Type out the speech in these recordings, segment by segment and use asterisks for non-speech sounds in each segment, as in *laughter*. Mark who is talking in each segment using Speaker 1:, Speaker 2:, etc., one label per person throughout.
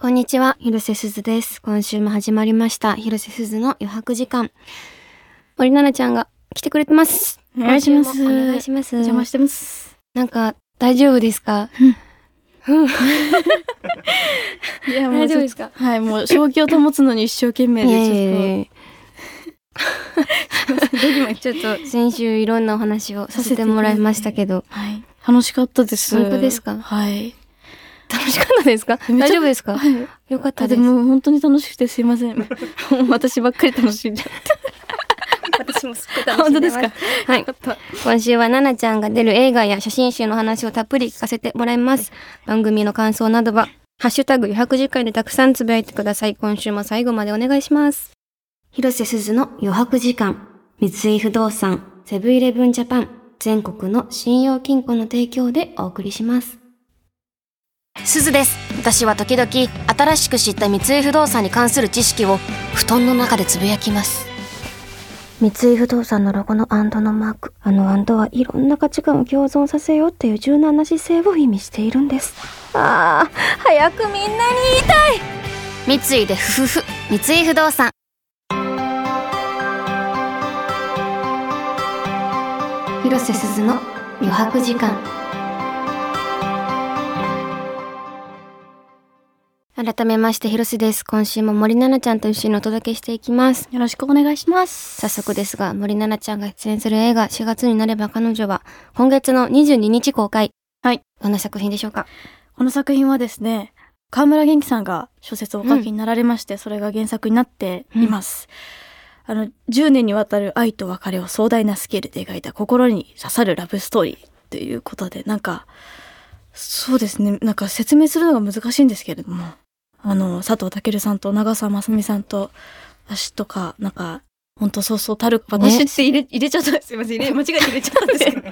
Speaker 1: こんにちは、広瀬すずです。今週も始まりました、広瀬すずの余白時間。森奈々ちゃんが来てくれてます。
Speaker 2: お願いします
Speaker 1: お願いします。
Speaker 2: 邪魔してます。
Speaker 1: なんか、大丈夫ですか
Speaker 2: いや。
Speaker 1: 大丈夫ですすか
Speaker 2: はい、もう正気を保つのに一生懸命で、
Speaker 1: え
Speaker 2: ちょっと、ドギマギちょっと。
Speaker 1: *laughs* ー先週いろんなお話をさせてもらいましたけど、
Speaker 2: はい、楽しかったです。
Speaker 1: 本当ですか
Speaker 2: はい。
Speaker 1: 楽しかったですか
Speaker 2: めっちゃ
Speaker 1: 大丈夫ですか
Speaker 2: はい。
Speaker 1: よかった
Speaker 2: あ
Speaker 1: で。
Speaker 2: ですも本当に楽しくてすいません。も *laughs* う私ばっかり楽しんじゃって。
Speaker 1: 私もすっごい
Speaker 2: *laughs* 本当ですか。
Speaker 1: はい。今週は奈々ちゃんが出る映画や写真集の話をたっぷり聞かせてもらいます。番組の感想などは、ハッシュタグ余白時間でたくさんつぶやいてください。今週も最後までお願いします。広瀬すずの余白時間、三井不動産、セブンイレブンジャパン、全国の信用金庫の提供でお送りします。すずです。私は時々新しく知った三井不動産に関する知識を布団の中でつぶやきます。三井不動産のロゴのアンドのマーク。あのアンドはいろんな価値観を共存させようっていう柔軟な姿勢を意味しているんです。ああ、早くみんなに言いたい三井でふふふ、三井不動産。広瀬すずの余白時間。改めまして広瀬です。今週も森奈々ちゃんと一緒にお届けしていきます。
Speaker 2: よろしくお願いします。
Speaker 1: 早速ですが、森奈々ちゃんが出演する映画4月になれば彼女は今月の22日公開。
Speaker 2: はい。
Speaker 1: どんな作品でしょうか
Speaker 2: この作品はですね、河村元気さんが小説をお書きになられまして、それが原作になっています。あの、10年にわたる愛と別れを壮大なスケールで描いた心に刺さるラブストーリーということで、なんか、そうですね、なんか説明するのが難しいんですけれども、あの、佐藤健さんと長澤まさみさんと、私とか、なんか、ほんとそうそうたる、私って入れ、入れちゃった、すいません、入れ間違えて入れちゃったんですけど。 *laughs* 間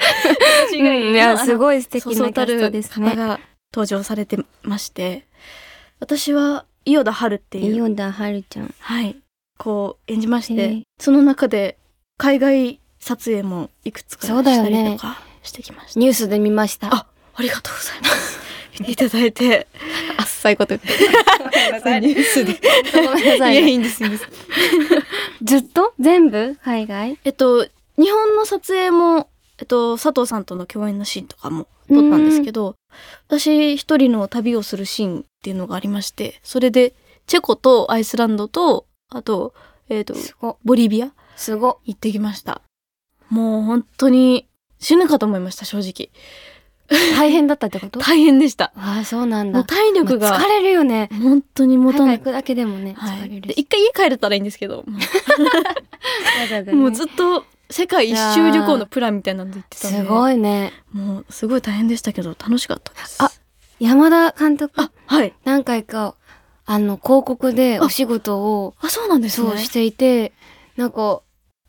Speaker 2: 違えて
Speaker 1: いや、すごい素
Speaker 2: そう
Speaker 1: 敵
Speaker 2: そ
Speaker 1: な
Speaker 2: う
Speaker 1: キャス
Speaker 2: た
Speaker 1: ト
Speaker 2: る
Speaker 1: です
Speaker 2: 方
Speaker 1: ね。
Speaker 2: が登場されてまして私は伊予田春って
Speaker 1: イ
Speaker 2: いう
Speaker 1: オンダハルちゃん。
Speaker 2: はいこう演じまして、
Speaker 1: ええ
Speaker 2: その中で海外撮影もいくつか
Speaker 1: そうだ
Speaker 2: し
Speaker 1: よ
Speaker 2: た
Speaker 1: ね
Speaker 2: りとかしてきました、
Speaker 1: ニュースで見ました。
Speaker 2: あありがとうござい
Speaker 1: *laughs*
Speaker 2: ます見ていただいて
Speaker 1: あっさいこと言って。
Speaker 2: *laughs* ニュースで
Speaker 1: ごめんなさ
Speaker 2: いやい
Speaker 1: い。
Speaker 2: いんですいいんです
Speaker 1: ずっと全部海外
Speaker 2: えっと日本の撮影もえっと佐藤さんとの共演のシーンとかも撮ったんですけど、私一人の旅をするシーンっていうのがありまして、それでチェコとアイスランドと、あと、えっ、と、
Speaker 1: すご。
Speaker 2: ボリビア
Speaker 1: すご。
Speaker 2: 行ってきました。もう本当に死ぬかと思いました、正直。
Speaker 1: 大変だったってことあ
Speaker 2: 大変でした。
Speaker 1: あ、そうなん
Speaker 2: も
Speaker 1: だ
Speaker 2: う。体力
Speaker 1: ま
Speaker 2: が
Speaker 1: あ疲れるよね。
Speaker 2: 本当に持
Speaker 1: 海
Speaker 2: たな
Speaker 1: 外行
Speaker 2: い。
Speaker 1: くだけでもね、
Speaker 2: は
Speaker 1: 疲れ
Speaker 2: い、
Speaker 1: る
Speaker 2: で
Speaker 1: し。
Speaker 2: 一回家帰れたらいいんですけど、
Speaker 1: わざわざね
Speaker 2: もうずっと世界一周旅行のプランみたいなので行ってたんです
Speaker 1: ごいね。
Speaker 2: もうすごい大変でしたけど楽しかったです。
Speaker 1: あ山田監督、
Speaker 2: あはい。
Speaker 1: 何回か、あの、広告でお仕事を、
Speaker 2: あ、そうなんですね。
Speaker 1: そうしていて、なんか、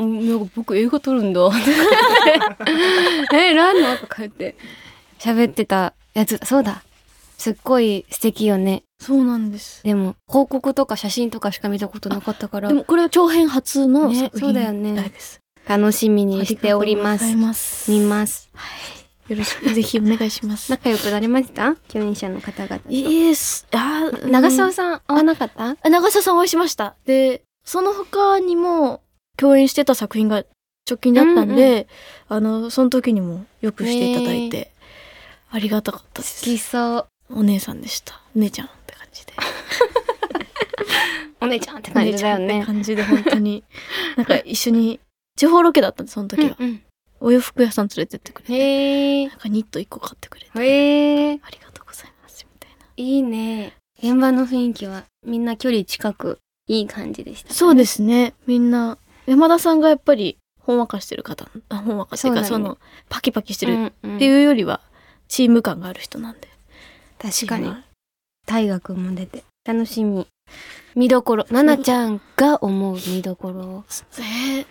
Speaker 1: んなんか僕映画撮る
Speaker 2: *laughs*
Speaker 1: んだ。 *laughs* え、なんのとか言って、喋ってたやつだ。そうだ。すっごい素敵よね。
Speaker 2: そうなんです。
Speaker 1: でも、広告とか写真とかしか見たことなかったから
Speaker 2: で、もこれは長編初の
Speaker 1: ね
Speaker 2: 作
Speaker 1: そうだよ
Speaker 2: 品
Speaker 1: ね
Speaker 2: みたいです。
Speaker 1: 楽しみにしておりま
Speaker 2: あ
Speaker 1: す
Speaker 2: り。がとうございます
Speaker 1: 見ます。
Speaker 2: よろしくぜひお願いします。
Speaker 1: 仲良くなりました共演者の方々と。
Speaker 2: *laughs* いいです。あー
Speaker 1: 長
Speaker 2: う
Speaker 1: 澤
Speaker 2: ん
Speaker 1: さん会わなかった
Speaker 2: あ長澤さんお会いしました。で、その他にも共演してた作品が直近だったんで、あのその時にもよくしていただいて、ありがたかったで
Speaker 1: 好
Speaker 2: す。
Speaker 1: きそう。
Speaker 2: お姉さんでした。お姉ちゃんって感 *laughs* じで。
Speaker 1: お姉ちゃんって
Speaker 2: お
Speaker 1: 感
Speaker 2: 姉
Speaker 1: じ
Speaker 2: ち
Speaker 1: だ
Speaker 2: ゃ
Speaker 1: よ
Speaker 2: んって
Speaker 1: ね。
Speaker 2: 感じで本当 *laughs* になんか一緒に地方ロケだったんでその時は、
Speaker 1: うんうん
Speaker 2: お洋服屋さん連れてってくれて、
Speaker 1: へえ。
Speaker 2: なんかニット一個買ってくれて、
Speaker 1: へえ。
Speaker 2: ありがとうございますみたいな。
Speaker 1: いいね。現場の雰囲気はみんな距離近くいい感じでした。
Speaker 2: そうですね。みんな、山田さんがやっぱり、ほんわかしてる方、あほんわかっていうか、
Speaker 1: そ
Speaker 2: そう
Speaker 1: だね
Speaker 2: の、パキパキして
Speaker 1: う
Speaker 2: る
Speaker 1: んうん
Speaker 2: っていうよりは、チーム感がある人なんで。
Speaker 1: 確かに
Speaker 2: 今。
Speaker 1: 大学も出て。楽しみ。見どころ。ななちゃんが思う見どころを。
Speaker 2: えー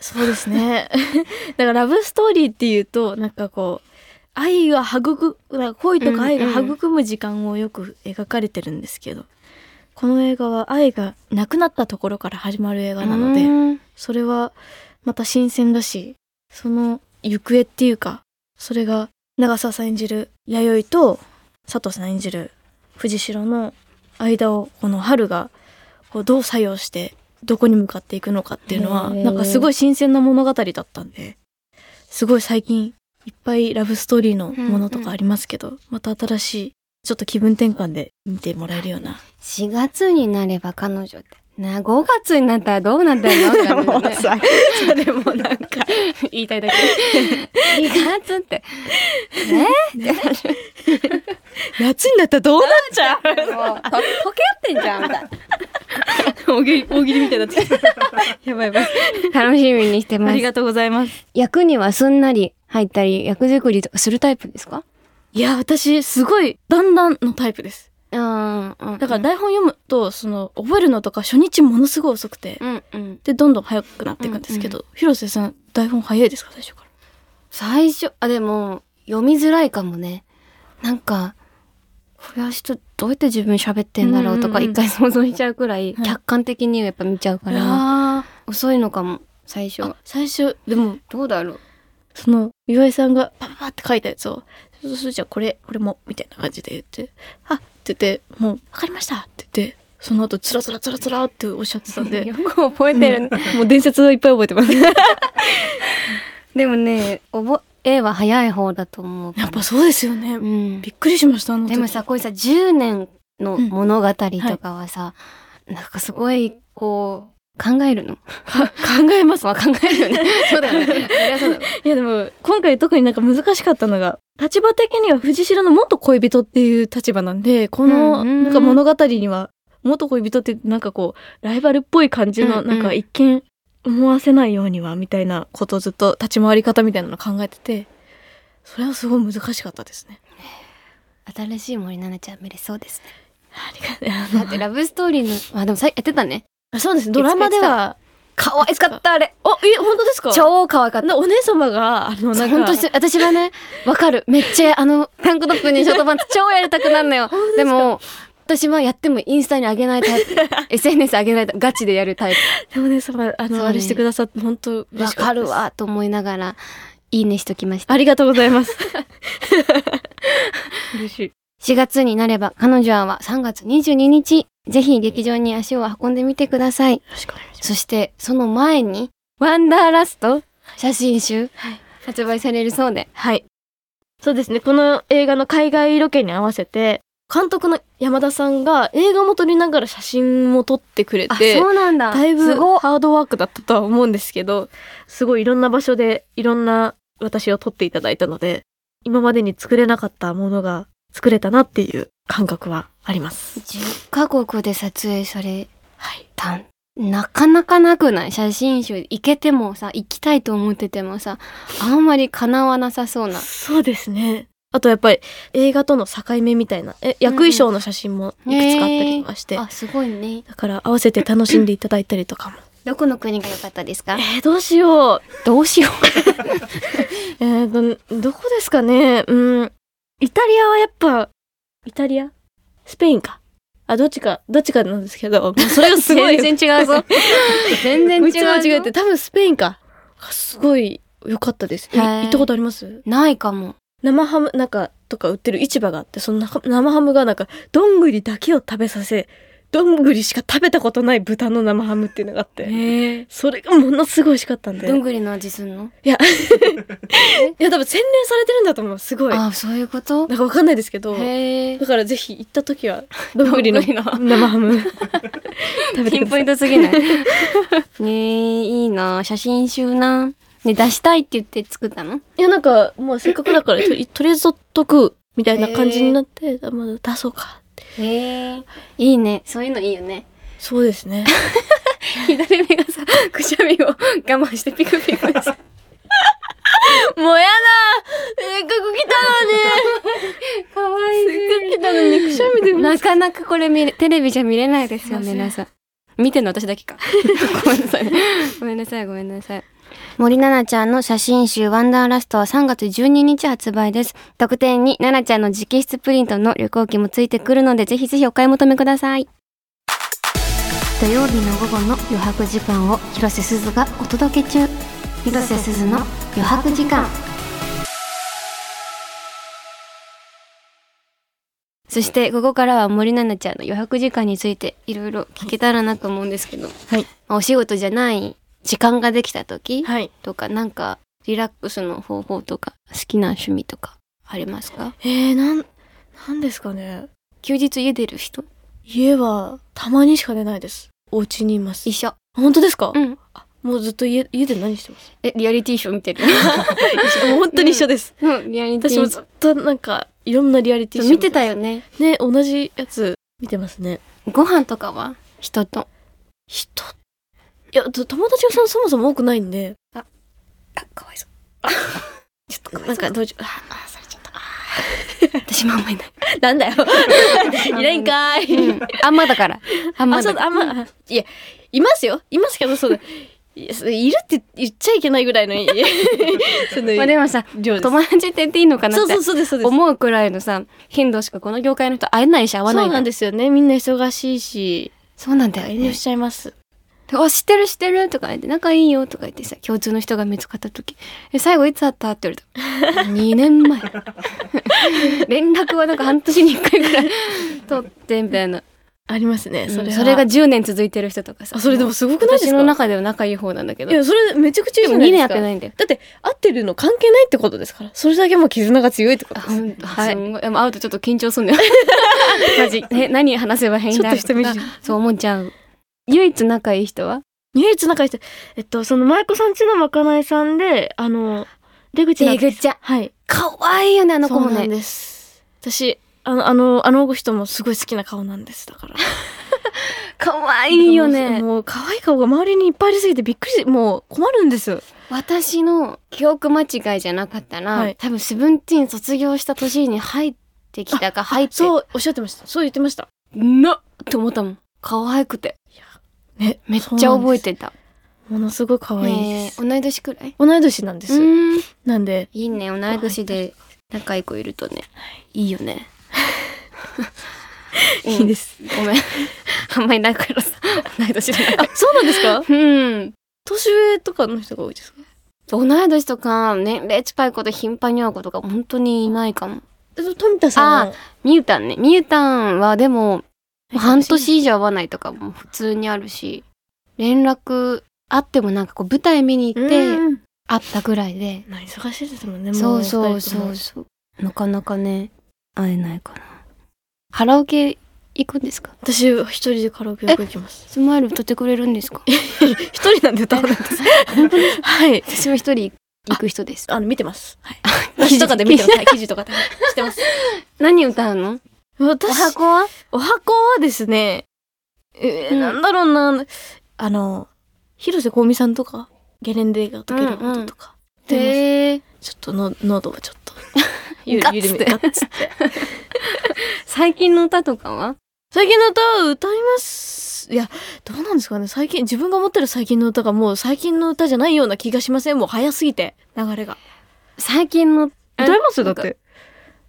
Speaker 2: そうですね。 *laughs* だから、ラブストーリーっていうと、なんかこう、愛が育む、なんか恋とか愛が育む時間をよく描かれてるんですけど、この映画は愛がなくなったところから始まる映画なので、
Speaker 1: うん
Speaker 2: それはまた新鮮だしその行方っていうかそれが長澤さん演じる弥生と佐藤さん演じる藤代の間をこの春がこうどう作用してどこに向かっていくのかっていうのは
Speaker 1: へー
Speaker 2: なんかすごい新鮮な物語だったんですごい最近いっぱいラブストーリーのものとかありますけど、また新しいちょっと気分転換で見てもらえるような
Speaker 1: 4月になれば彼女って。な、5月になったらどうなったの
Speaker 2: *laughs*
Speaker 1: って感じだ *laughs* ね
Speaker 2: それもなんか
Speaker 1: 言いたい *laughs* だけ。4月 *laughs* って。えー、ってなる
Speaker 2: *laughs* 夏になったらどうなっちゃう
Speaker 1: もうと、溶け合ってんじゃん、みたいな。
Speaker 2: *laughs* 大喜利大喜利みたいになってきた *laughs* やばいやばい
Speaker 1: 楽しみにして
Speaker 2: あ
Speaker 1: ま
Speaker 2: り
Speaker 1: す。
Speaker 2: がとうございます
Speaker 1: 役にはすんなり入ったり、役作りとかするタイプですか
Speaker 2: いや私すごいだんだんのタイプです
Speaker 1: うん、うん。
Speaker 2: だから、台本読むとその覚えるのとか初日ものすごい遅くて、
Speaker 1: うん、うん。
Speaker 2: でどんどん早くなっていくんですけど、広瀬さん台本早いですか最初から
Speaker 1: 最初、あ、でも、読みづらいかもね。なんか、これはちょっとどうやって自分喋ってんだろうとか、
Speaker 2: うんうんうん
Speaker 1: 一回想像しちゃうくらい
Speaker 2: は、い
Speaker 1: 客観的にやっぱ見ちゃうから。
Speaker 2: あ
Speaker 1: 遅いのかも最初
Speaker 2: ー
Speaker 1: は
Speaker 2: あ最初でも
Speaker 1: どうだろう
Speaker 2: その岩井さんがパパパって書いたやつを「そうそうじゃあこれこれも」みたいな感じで言って「あっ」って言って「もう分かりました」って言ってその後つらつらつらつらっておっしゃってた *laughs* んで
Speaker 1: *laughs* よく覚えてるね、
Speaker 2: もう伝説をいっぱい覚えてます
Speaker 1: でもね覚えは早い方だと思うから
Speaker 2: やっぱそうですよね、
Speaker 1: うん
Speaker 2: びっくりしましたあの時
Speaker 1: でもさこういうさ10年の物語とかはさ、なんかすごいこう *laughs* 考えるの
Speaker 2: 考えます
Speaker 1: まあ考えるよね *laughs* そうだよねそりゃそうだ
Speaker 2: いやでも今回特になんか難しかったのが立場的には藤代の元恋人っていう立場なんでこ
Speaker 1: う
Speaker 2: の
Speaker 1: んうん
Speaker 2: なんか物語には元恋人ってなんかこうライバルっぽい感じ
Speaker 1: うんう
Speaker 2: の
Speaker 1: ん
Speaker 2: なんか一見思わせないようにはみたいなことをずっと立ち回り方みたいなの考えててそれはすごい難しかったですね。
Speaker 1: 新しい森奈々ちゃん見れそうですね
Speaker 2: ありが
Speaker 1: だってラブストーリーのあでもさやってたね
Speaker 2: あそうですねドラマでは
Speaker 1: 可愛かったあれ
Speaker 2: あえ本当ですか
Speaker 1: 超可愛かった
Speaker 2: なお姉様があのなんか
Speaker 1: 本当に私はねわかるめっちゃあのタンクトップにショートパン *laughs* ツ超やりたくなんのよ
Speaker 2: 当です
Speaker 1: で
Speaker 2: か
Speaker 1: も私はやってもインスタに上げない *laughs* タイプ SNS 上げないタイプガチでやるタイ
Speaker 2: お姉様あ
Speaker 1: そう
Speaker 2: の
Speaker 1: ね
Speaker 2: あれしてくださって本当
Speaker 1: プ
Speaker 2: 嬉
Speaker 1: わ
Speaker 2: しか
Speaker 1: か
Speaker 2: ったで
Speaker 1: る
Speaker 2: す
Speaker 1: わと思いながらいいねしときました
Speaker 2: ありがとうござい *laughs* ます。嬉しい。
Speaker 1: 4月になれば彼女は3月22日ぜひ劇場に足を運んでみてください
Speaker 2: よろしくお願いします。
Speaker 1: そしてその前にワンダーラスト写真集
Speaker 2: はい
Speaker 1: 発売されるそうで
Speaker 2: はい。そうですね。この映画の海外ロケに合わせて、監督の山田さんが映画も撮りながら写真も撮ってくれ
Speaker 1: あ
Speaker 2: て
Speaker 1: そ、うなんだ
Speaker 2: だいぶ
Speaker 1: すごっ
Speaker 2: ハードワークだったとは思うんですけど、すごいいろんな場所でいろんな私を撮っていただいたので、今までに作れなかったものが作れたなっていう感覚はあります。
Speaker 1: 10カ国で撮影され
Speaker 2: はい。
Speaker 1: たんなかなかなくない写真集行けてもさ行きたいと思っててもさあんまりかなわなさそうな
Speaker 2: そうですね。あとやっぱり映画との境目みたいな、え、役衣装の写真もいくつかあったりとかして、
Speaker 1: あすごいね
Speaker 2: だから合わせて楽しんでいただいたりとかも。
Speaker 1: どこの国が良かったですか
Speaker 2: えー、どうしよう。
Speaker 1: どうしよ
Speaker 2: えー、ど、どこですかね。うん。イタリアはやっぱ、イタリアスペインか。あ、どっちか、どっちかなんですけど、
Speaker 1: *laughs*
Speaker 2: もうそれが
Speaker 1: う
Speaker 2: すごい。
Speaker 1: 全然違うぞ *laughs* 全然違うぞ
Speaker 2: 間違えて、多分スペインか。あすごい良かったです。え
Speaker 1: へー
Speaker 2: 行ったことあります
Speaker 1: ないかも
Speaker 2: 生ハムなんかとか売ってる市場があってその中生ハムがなんかどんぐりだけを食べさせどんぐりしか食べたことない豚の生ハムっていうのがあって
Speaker 1: え
Speaker 2: それがものすごい美味しかったんで
Speaker 1: どん
Speaker 2: い
Speaker 1: ぐりの味すんの
Speaker 2: や *laughs* いや多分洗練されてるんだと思うすごいな
Speaker 1: あそういうこと
Speaker 2: んかわかんないですけどだ
Speaker 1: *laughs* へえ
Speaker 2: からぜひ行った時はどんぐりの
Speaker 1: どんぐりの
Speaker 2: 生ハ
Speaker 1: *laughs*
Speaker 2: ム食べて
Speaker 1: ピ
Speaker 2: く
Speaker 1: ン
Speaker 2: ださ
Speaker 1: ポイ
Speaker 2: い
Speaker 1: ントす *laughs* ぎないねえいいな写真集なね出したいって言って作ったの
Speaker 2: *laughs* いやなんかもうせっかくだからとりとりあえず取っとくみたいな感じになってあまだ出そうか
Speaker 1: へえいいねそういうのいいよね
Speaker 2: そうで
Speaker 1: *laughs*
Speaker 2: すね
Speaker 1: 左目がさくしゃみを我慢してピクピ *laughs* クして
Speaker 2: もうやだせっかく来たのに
Speaker 1: *laughs* かわい
Speaker 2: せっかく来たのにくしゃみで見せ
Speaker 1: なかなかこれ見れテレビじゃ見れないですよ
Speaker 2: すいません
Speaker 1: 皆さん見てんの私だけ *laughs* かごめんなさいごめんなさいごめんなさい森奈々ちゃんの写真集「ワンダーラスト」は3月12日発売です特典に奈々ちゃんの直筆プリントの旅行記もついてくるのでぜひぜひお買い求めください土曜日の午後の余白時間を広瀬すずがお届け中広瀬すずの余白時間そしてここからは森奈々ちゃんの余白時間についていろいろ聞けたらなと思うんですけど、
Speaker 2: はい。
Speaker 1: まあお仕事じゃない時間ができた時
Speaker 2: はい。
Speaker 1: とか、なんかリラックスの方法とか好きな趣味とかありますか
Speaker 2: えー、なん、なんですかね。
Speaker 1: 休日家出る人
Speaker 2: 家はたまにしか出ないです。お家にいます
Speaker 1: 一。緒
Speaker 2: 本当ですか、
Speaker 1: うん
Speaker 2: もうずっと家、家で何してます
Speaker 1: えリアリティショー見てる
Speaker 2: *laughs* 一緒もう本当に一緒です。
Speaker 1: うん *laughs* リアリティシ
Speaker 2: 私
Speaker 1: ョ
Speaker 2: も
Speaker 1: ー
Speaker 2: ずっとなんか、いろんなリアリティショー
Speaker 1: 見てたよね
Speaker 2: ね、同じやつ見てますね。
Speaker 1: ご飯とかは人と
Speaker 2: 人、いや、と友達がそのそもそも多くないんで、
Speaker 1: あかわいそう
Speaker 2: ちょっとなんかどうしよう、あ、あ、されちゃった。
Speaker 1: 私もあんまいない
Speaker 2: あなん
Speaker 1: *laughs*
Speaker 2: だよ。いないんかー *laughs* い。
Speaker 1: あんまだからあんま
Speaker 2: あ、
Speaker 1: だ
Speaker 2: そう
Speaker 1: から
Speaker 2: あんま、いや、いますよ。いますけど、そうだ。いやそれいるって言っちゃいけないぐらい *laughs* の、いその
Speaker 1: *laughs* まあでもさ
Speaker 2: 量です。
Speaker 1: 友達って言っていいのかな
Speaker 2: そう
Speaker 1: って
Speaker 2: そうそうです、そうです。
Speaker 1: 思うくらいのさ頻度しかこの業界の人会えないし会わない
Speaker 2: そうなんですよね。みんな忙しいし、
Speaker 1: すそうなんだよ
Speaker 2: 遠慮
Speaker 1: ね
Speaker 2: しちゃいます。
Speaker 1: であ知ってる知ってるとか言って仲いいよとか言ってさ共通の人が見つかった時え最後いつ会ったって言われた
Speaker 2: *laughs*
Speaker 1: 2年前連絡はなんか半年に1回ぐらい取ってみたいな
Speaker 2: ありますね。それは
Speaker 1: それが、10年続いてる人とかさ
Speaker 2: あ、それでもすごくないです
Speaker 1: 私
Speaker 2: か
Speaker 1: の中では仲いい方なんだけど
Speaker 2: いや、それめちゃくちゃいい
Speaker 1: で
Speaker 2: じ
Speaker 1: も
Speaker 2: ゃ
Speaker 1: 2
Speaker 2: な
Speaker 1: 年やっ
Speaker 2: いですか。
Speaker 1: てないんだよ
Speaker 2: だって、合ってるの関係ないってことですから。それだけもう絆が強いってこ
Speaker 1: あ
Speaker 2: とです。
Speaker 1: ほん
Speaker 2: *laughs*
Speaker 1: とあすんごいでも会うとちょっと緊張すんだよマジえ何話せば変だろう
Speaker 2: ちょっと人見知り
Speaker 1: かそう思っちゃう唯一仲いい人は
Speaker 2: 唯一仲良い人、えっと、その、舞妓さんちのまかないさんで、あの、出口なんです
Speaker 1: 出口
Speaker 2: はい。
Speaker 1: 可愛いよねあ
Speaker 2: あ
Speaker 1: の子も
Speaker 2: そうなん
Speaker 1: ね
Speaker 2: です。私、あの、あの、あの人もすごい好きな顔なんです。だから。
Speaker 1: 可愛 *laughs* いよ
Speaker 2: もう
Speaker 1: ね
Speaker 2: もう、可愛い顔が周りにいっぱいありすぎてびっくりし、もう困るんですよ。
Speaker 1: 私の記憶間違いじゃなかったら、
Speaker 2: はい
Speaker 1: 多分セブンティーン卒業した年に入ってきたか入って
Speaker 2: そう、おっしゃってました。そう言ってました。
Speaker 1: なっと思ったもん可愛くて
Speaker 2: ね、
Speaker 1: めっちゃ覚え
Speaker 2: る。
Speaker 1: てた
Speaker 2: ものすごい可愛いで
Speaker 1: え
Speaker 2: す。
Speaker 1: ー同い年くらい
Speaker 2: 同い年なんで
Speaker 1: う
Speaker 2: す。
Speaker 1: ーん
Speaker 2: なんで、
Speaker 1: いいね同い年で仲いい子いるとねいいよね
Speaker 2: いいです。
Speaker 1: ごめん。 *laughs* あんまりないからさ。 *laughs* 同い年じゃない。
Speaker 2: あ、そうなんですか
Speaker 1: うん。
Speaker 2: *laughs* 年上とかの人が多いですか
Speaker 1: 同い年とか、年齢近い子と頻繁に会うことが本当にいないかも。
Speaker 2: えっと、富田さんは。
Speaker 1: みゆたんね。みゆたんはでも、
Speaker 2: え
Speaker 1: 半。年以上会わないとかも普通にあるし、連絡あってもなんかこう舞台見に行って
Speaker 2: うん
Speaker 1: 会ったぐらいで。
Speaker 2: まあ、忙しいですもんね。も
Speaker 1: そうそう
Speaker 2: 二人と
Speaker 1: そ
Speaker 2: も
Speaker 1: うそう。なかなかね、会えないかな。カラオケ行くんですか
Speaker 2: 私、一人でカラオケよく行きます。
Speaker 1: スマイル歌ってくれるんですか
Speaker 2: *laughs* 一人なんで歌わないんです。 *laughs* はい。
Speaker 1: *laughs* 私は一人行く人です。
Speaker 2: あの、見てます。はい。
Speaker 1: 記事
Speaker 2: 記事とかで見てます。はい記事 *laughs* とかで。してます。
Speaker 1: *laughs* 何歌うのお
Speaker 2: 私、
Speaker 1: 箱は
Speaker 2: お箱はですね、えー
Speaker 1: うん
Speaker 2: なんだろうな、あの、広瀬香美さんとか、ゲレンデが解けることとか。で、
Speaker 1: へえ
Speaker 2: ちょっとの、喉をちょっ
Speaker 1: *laughs*
Speaker 2: と、ゆ
Speaker 1: ガッ
Speaker 2: るゆる
Speaker 1: ツっ
Speaker 2: め、
Speaker 1: て
Speaker 2: ガッツって。
Speaker 1: 最近の歌とかは
Speaker 2: *laughs* 最近の歌は歌います。いや、どうなんですかね。最近、自分が持ってる最近の歌がもう最近の歌じゃないような気がしません。もう早すぎて、流れが。
Speaker 1: 最近の
Speaker 2: 歌いますだっ
Speaker 1: なん
Speaker 2: て。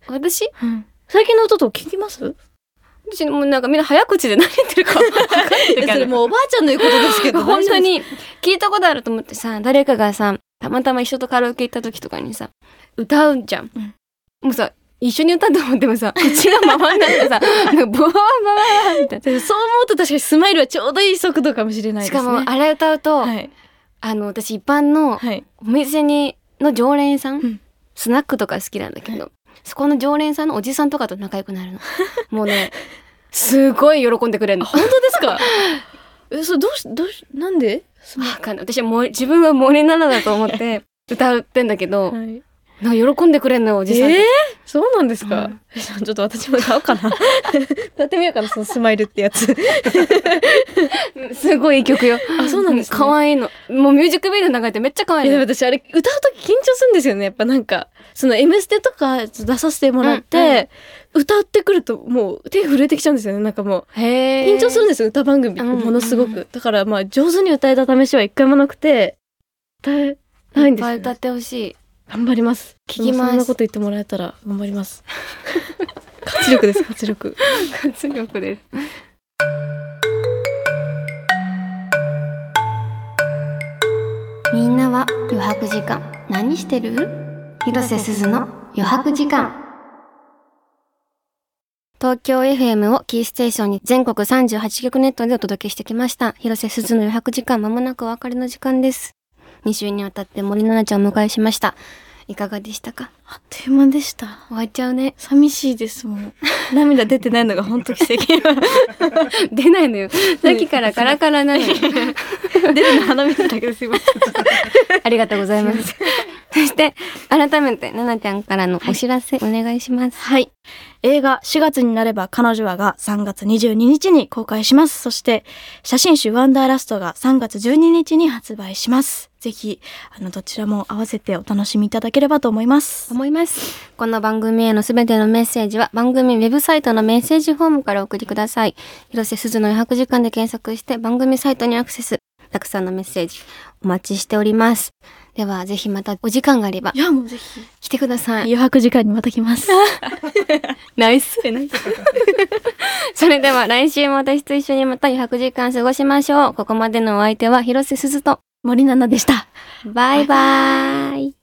Speaker 1: か私
Speaker 2: うん最近の歌と聞きます
Speaker 1: 私もなんかみんな早口で何言ってるか分かんない
Speaker 2: いやそれもうおばあちゃんの言うことですけど。
Speaker 1: *laughs* 本当
Speaker 2: 大丈夫で
Speaker 1: に聞いたことあると思ってさ誰かがさたまたま一緒とカラオケ行った時とかにさ歌うんじゃん、
Speaker 2: うん
Speaker 1: もうさ一緒に歌って思ってもさ口が回んなく
Speaker 2: *laughs*
Speaker 1: てさなんかボワーバワーみたい
Speaker 2: す。そう思うと確かにスマイルはちょうどいい速度かもしれな
Speaker 1: ない
Speaker 2: で
Speaker 1: し
Speaker 2: すね。
Speaker 1: かもあれ歌うと、
Speaker 2: はい。
Speaker 1: あの私一般の
Speaker 2: はい。
Speaker 1: お店にの常連さん、
Speaker 2: うん
Speaker 1: スナックとか好きなんだけど、そこの常連さんのおじさんとかと仲良く
Speaker 2: *laughs*
Speaker 1: なるのもうねすごい喜んでくれるの
Speaker 2: 本当ですか *laughs* え、それどうし、どうし、なんでその
Speaker 1: わかんない私はもう自分は森七菜だと思って
Speaker 2: *laughs*
Speaker 1: 歌ってんだけど、
Speaker 2: はい。
Speaker 1: なんか喜んでくれるのよお
Speaker 2: え
Speaker 1: じさんって、
Speaker 2: ーそうなんですか、
Speaker 1: う
Speaker 2: えちょっと私も歌おう
Speaker 1: *laughs*
Speaker 2: かな。歌ってみようかな、そのスマイルってやつ。
Speaker 1: すごいいい曲よ
Speaker 2: あそうなんですね
Speaker 1: 可愛、いのもうミュージックビデオ流れてめっちゃ可愛
Speaker 2: い
Speaker 1: い
Speaker 2: や
Speaker 1: の
Speaker 2: でも私あれ歌う時緊張するんですよねやっぱなんかその「M ステ」とか出させてもらって、歌ってくるともう手震えてきちゃうんですよねなんかもう
Speaker 1: へー
Speaker 2: 緊張するんですよ歌番組
Speaker 1: うん
Speaker 2: ものすごく、
Speaker 1: うんうん
Speaker 2: だからまあ上手に歌えた試しは一回もなくて歌えないんです
Speaker 1: い
Speaker 2: よ、
Speaker 1: っぱい歌ってほしい
Speaker 2: 頑張ります
Speaker 1: 聞きます
Speaker 2: でもそんなこと言ってもらえたら頑張り *laughs* ます活力です活力
Speaker 1: 活力ですみんなは余白時間何してる広瀬すずの余白時間東京 FM をキーステーションに全国38局ネットでお届けしてきました。広瀬すずの余白時間、まもなくお別れの時間です。2週にわたって森奈々ちゃんをお迎えしました。いかがでしたか
Speaker 2: あっという間でした。
Speaker 1: 終わっちゃうね。
Speaker 2: 寂しいですもん。 *laughs* 涙出てないのが本当奇 *laughs* 跡。
Speaker 1: *laughs* 出ないのよ。さっきからカラカラなのよ。
Speaker 2: 出るの鼻水だけですいません。
Speaker 1: ありがとうございます。そして、改めて、奈々ちゃんからのお知らせ、お願いします。
Speaker 2: はい。映画4月になれば彼女はが3月22日に公開します。そして写真集ワンダーラストが3月12日に発売します。ぜひ、あの、どちらも合わせてお楽しみいただければと思います。
Speaker 1: 思います。この番組へのすべてのメッセージは番組ウェブサイトのメッセージフォームからお送りください。広瀬すずの余白時間で検索して番組サイトにアクセス。たくさんのメッセージお待ちしております。ではぜひまたお時間があれば
Speaker 2: いや、もうぜひ。
Speaker 1: 来てください。
Speaker 2: 余白時間にまた来 *laughs* ます。
Speaker 1: ナイス。 *laughs* それでは来週も私と一緒にまた余白時間過ごしましょう。ここまでのお相手は広瀬すずと
Speaker 2: 森七菜でした。
Speaker 1: バイバイ。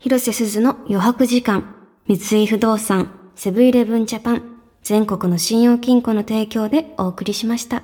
Speaker 1: 広瀬すずの余白時間、三井不動産、セブンイレブンジャパン、全国の信用金庫の提供でお送りしました。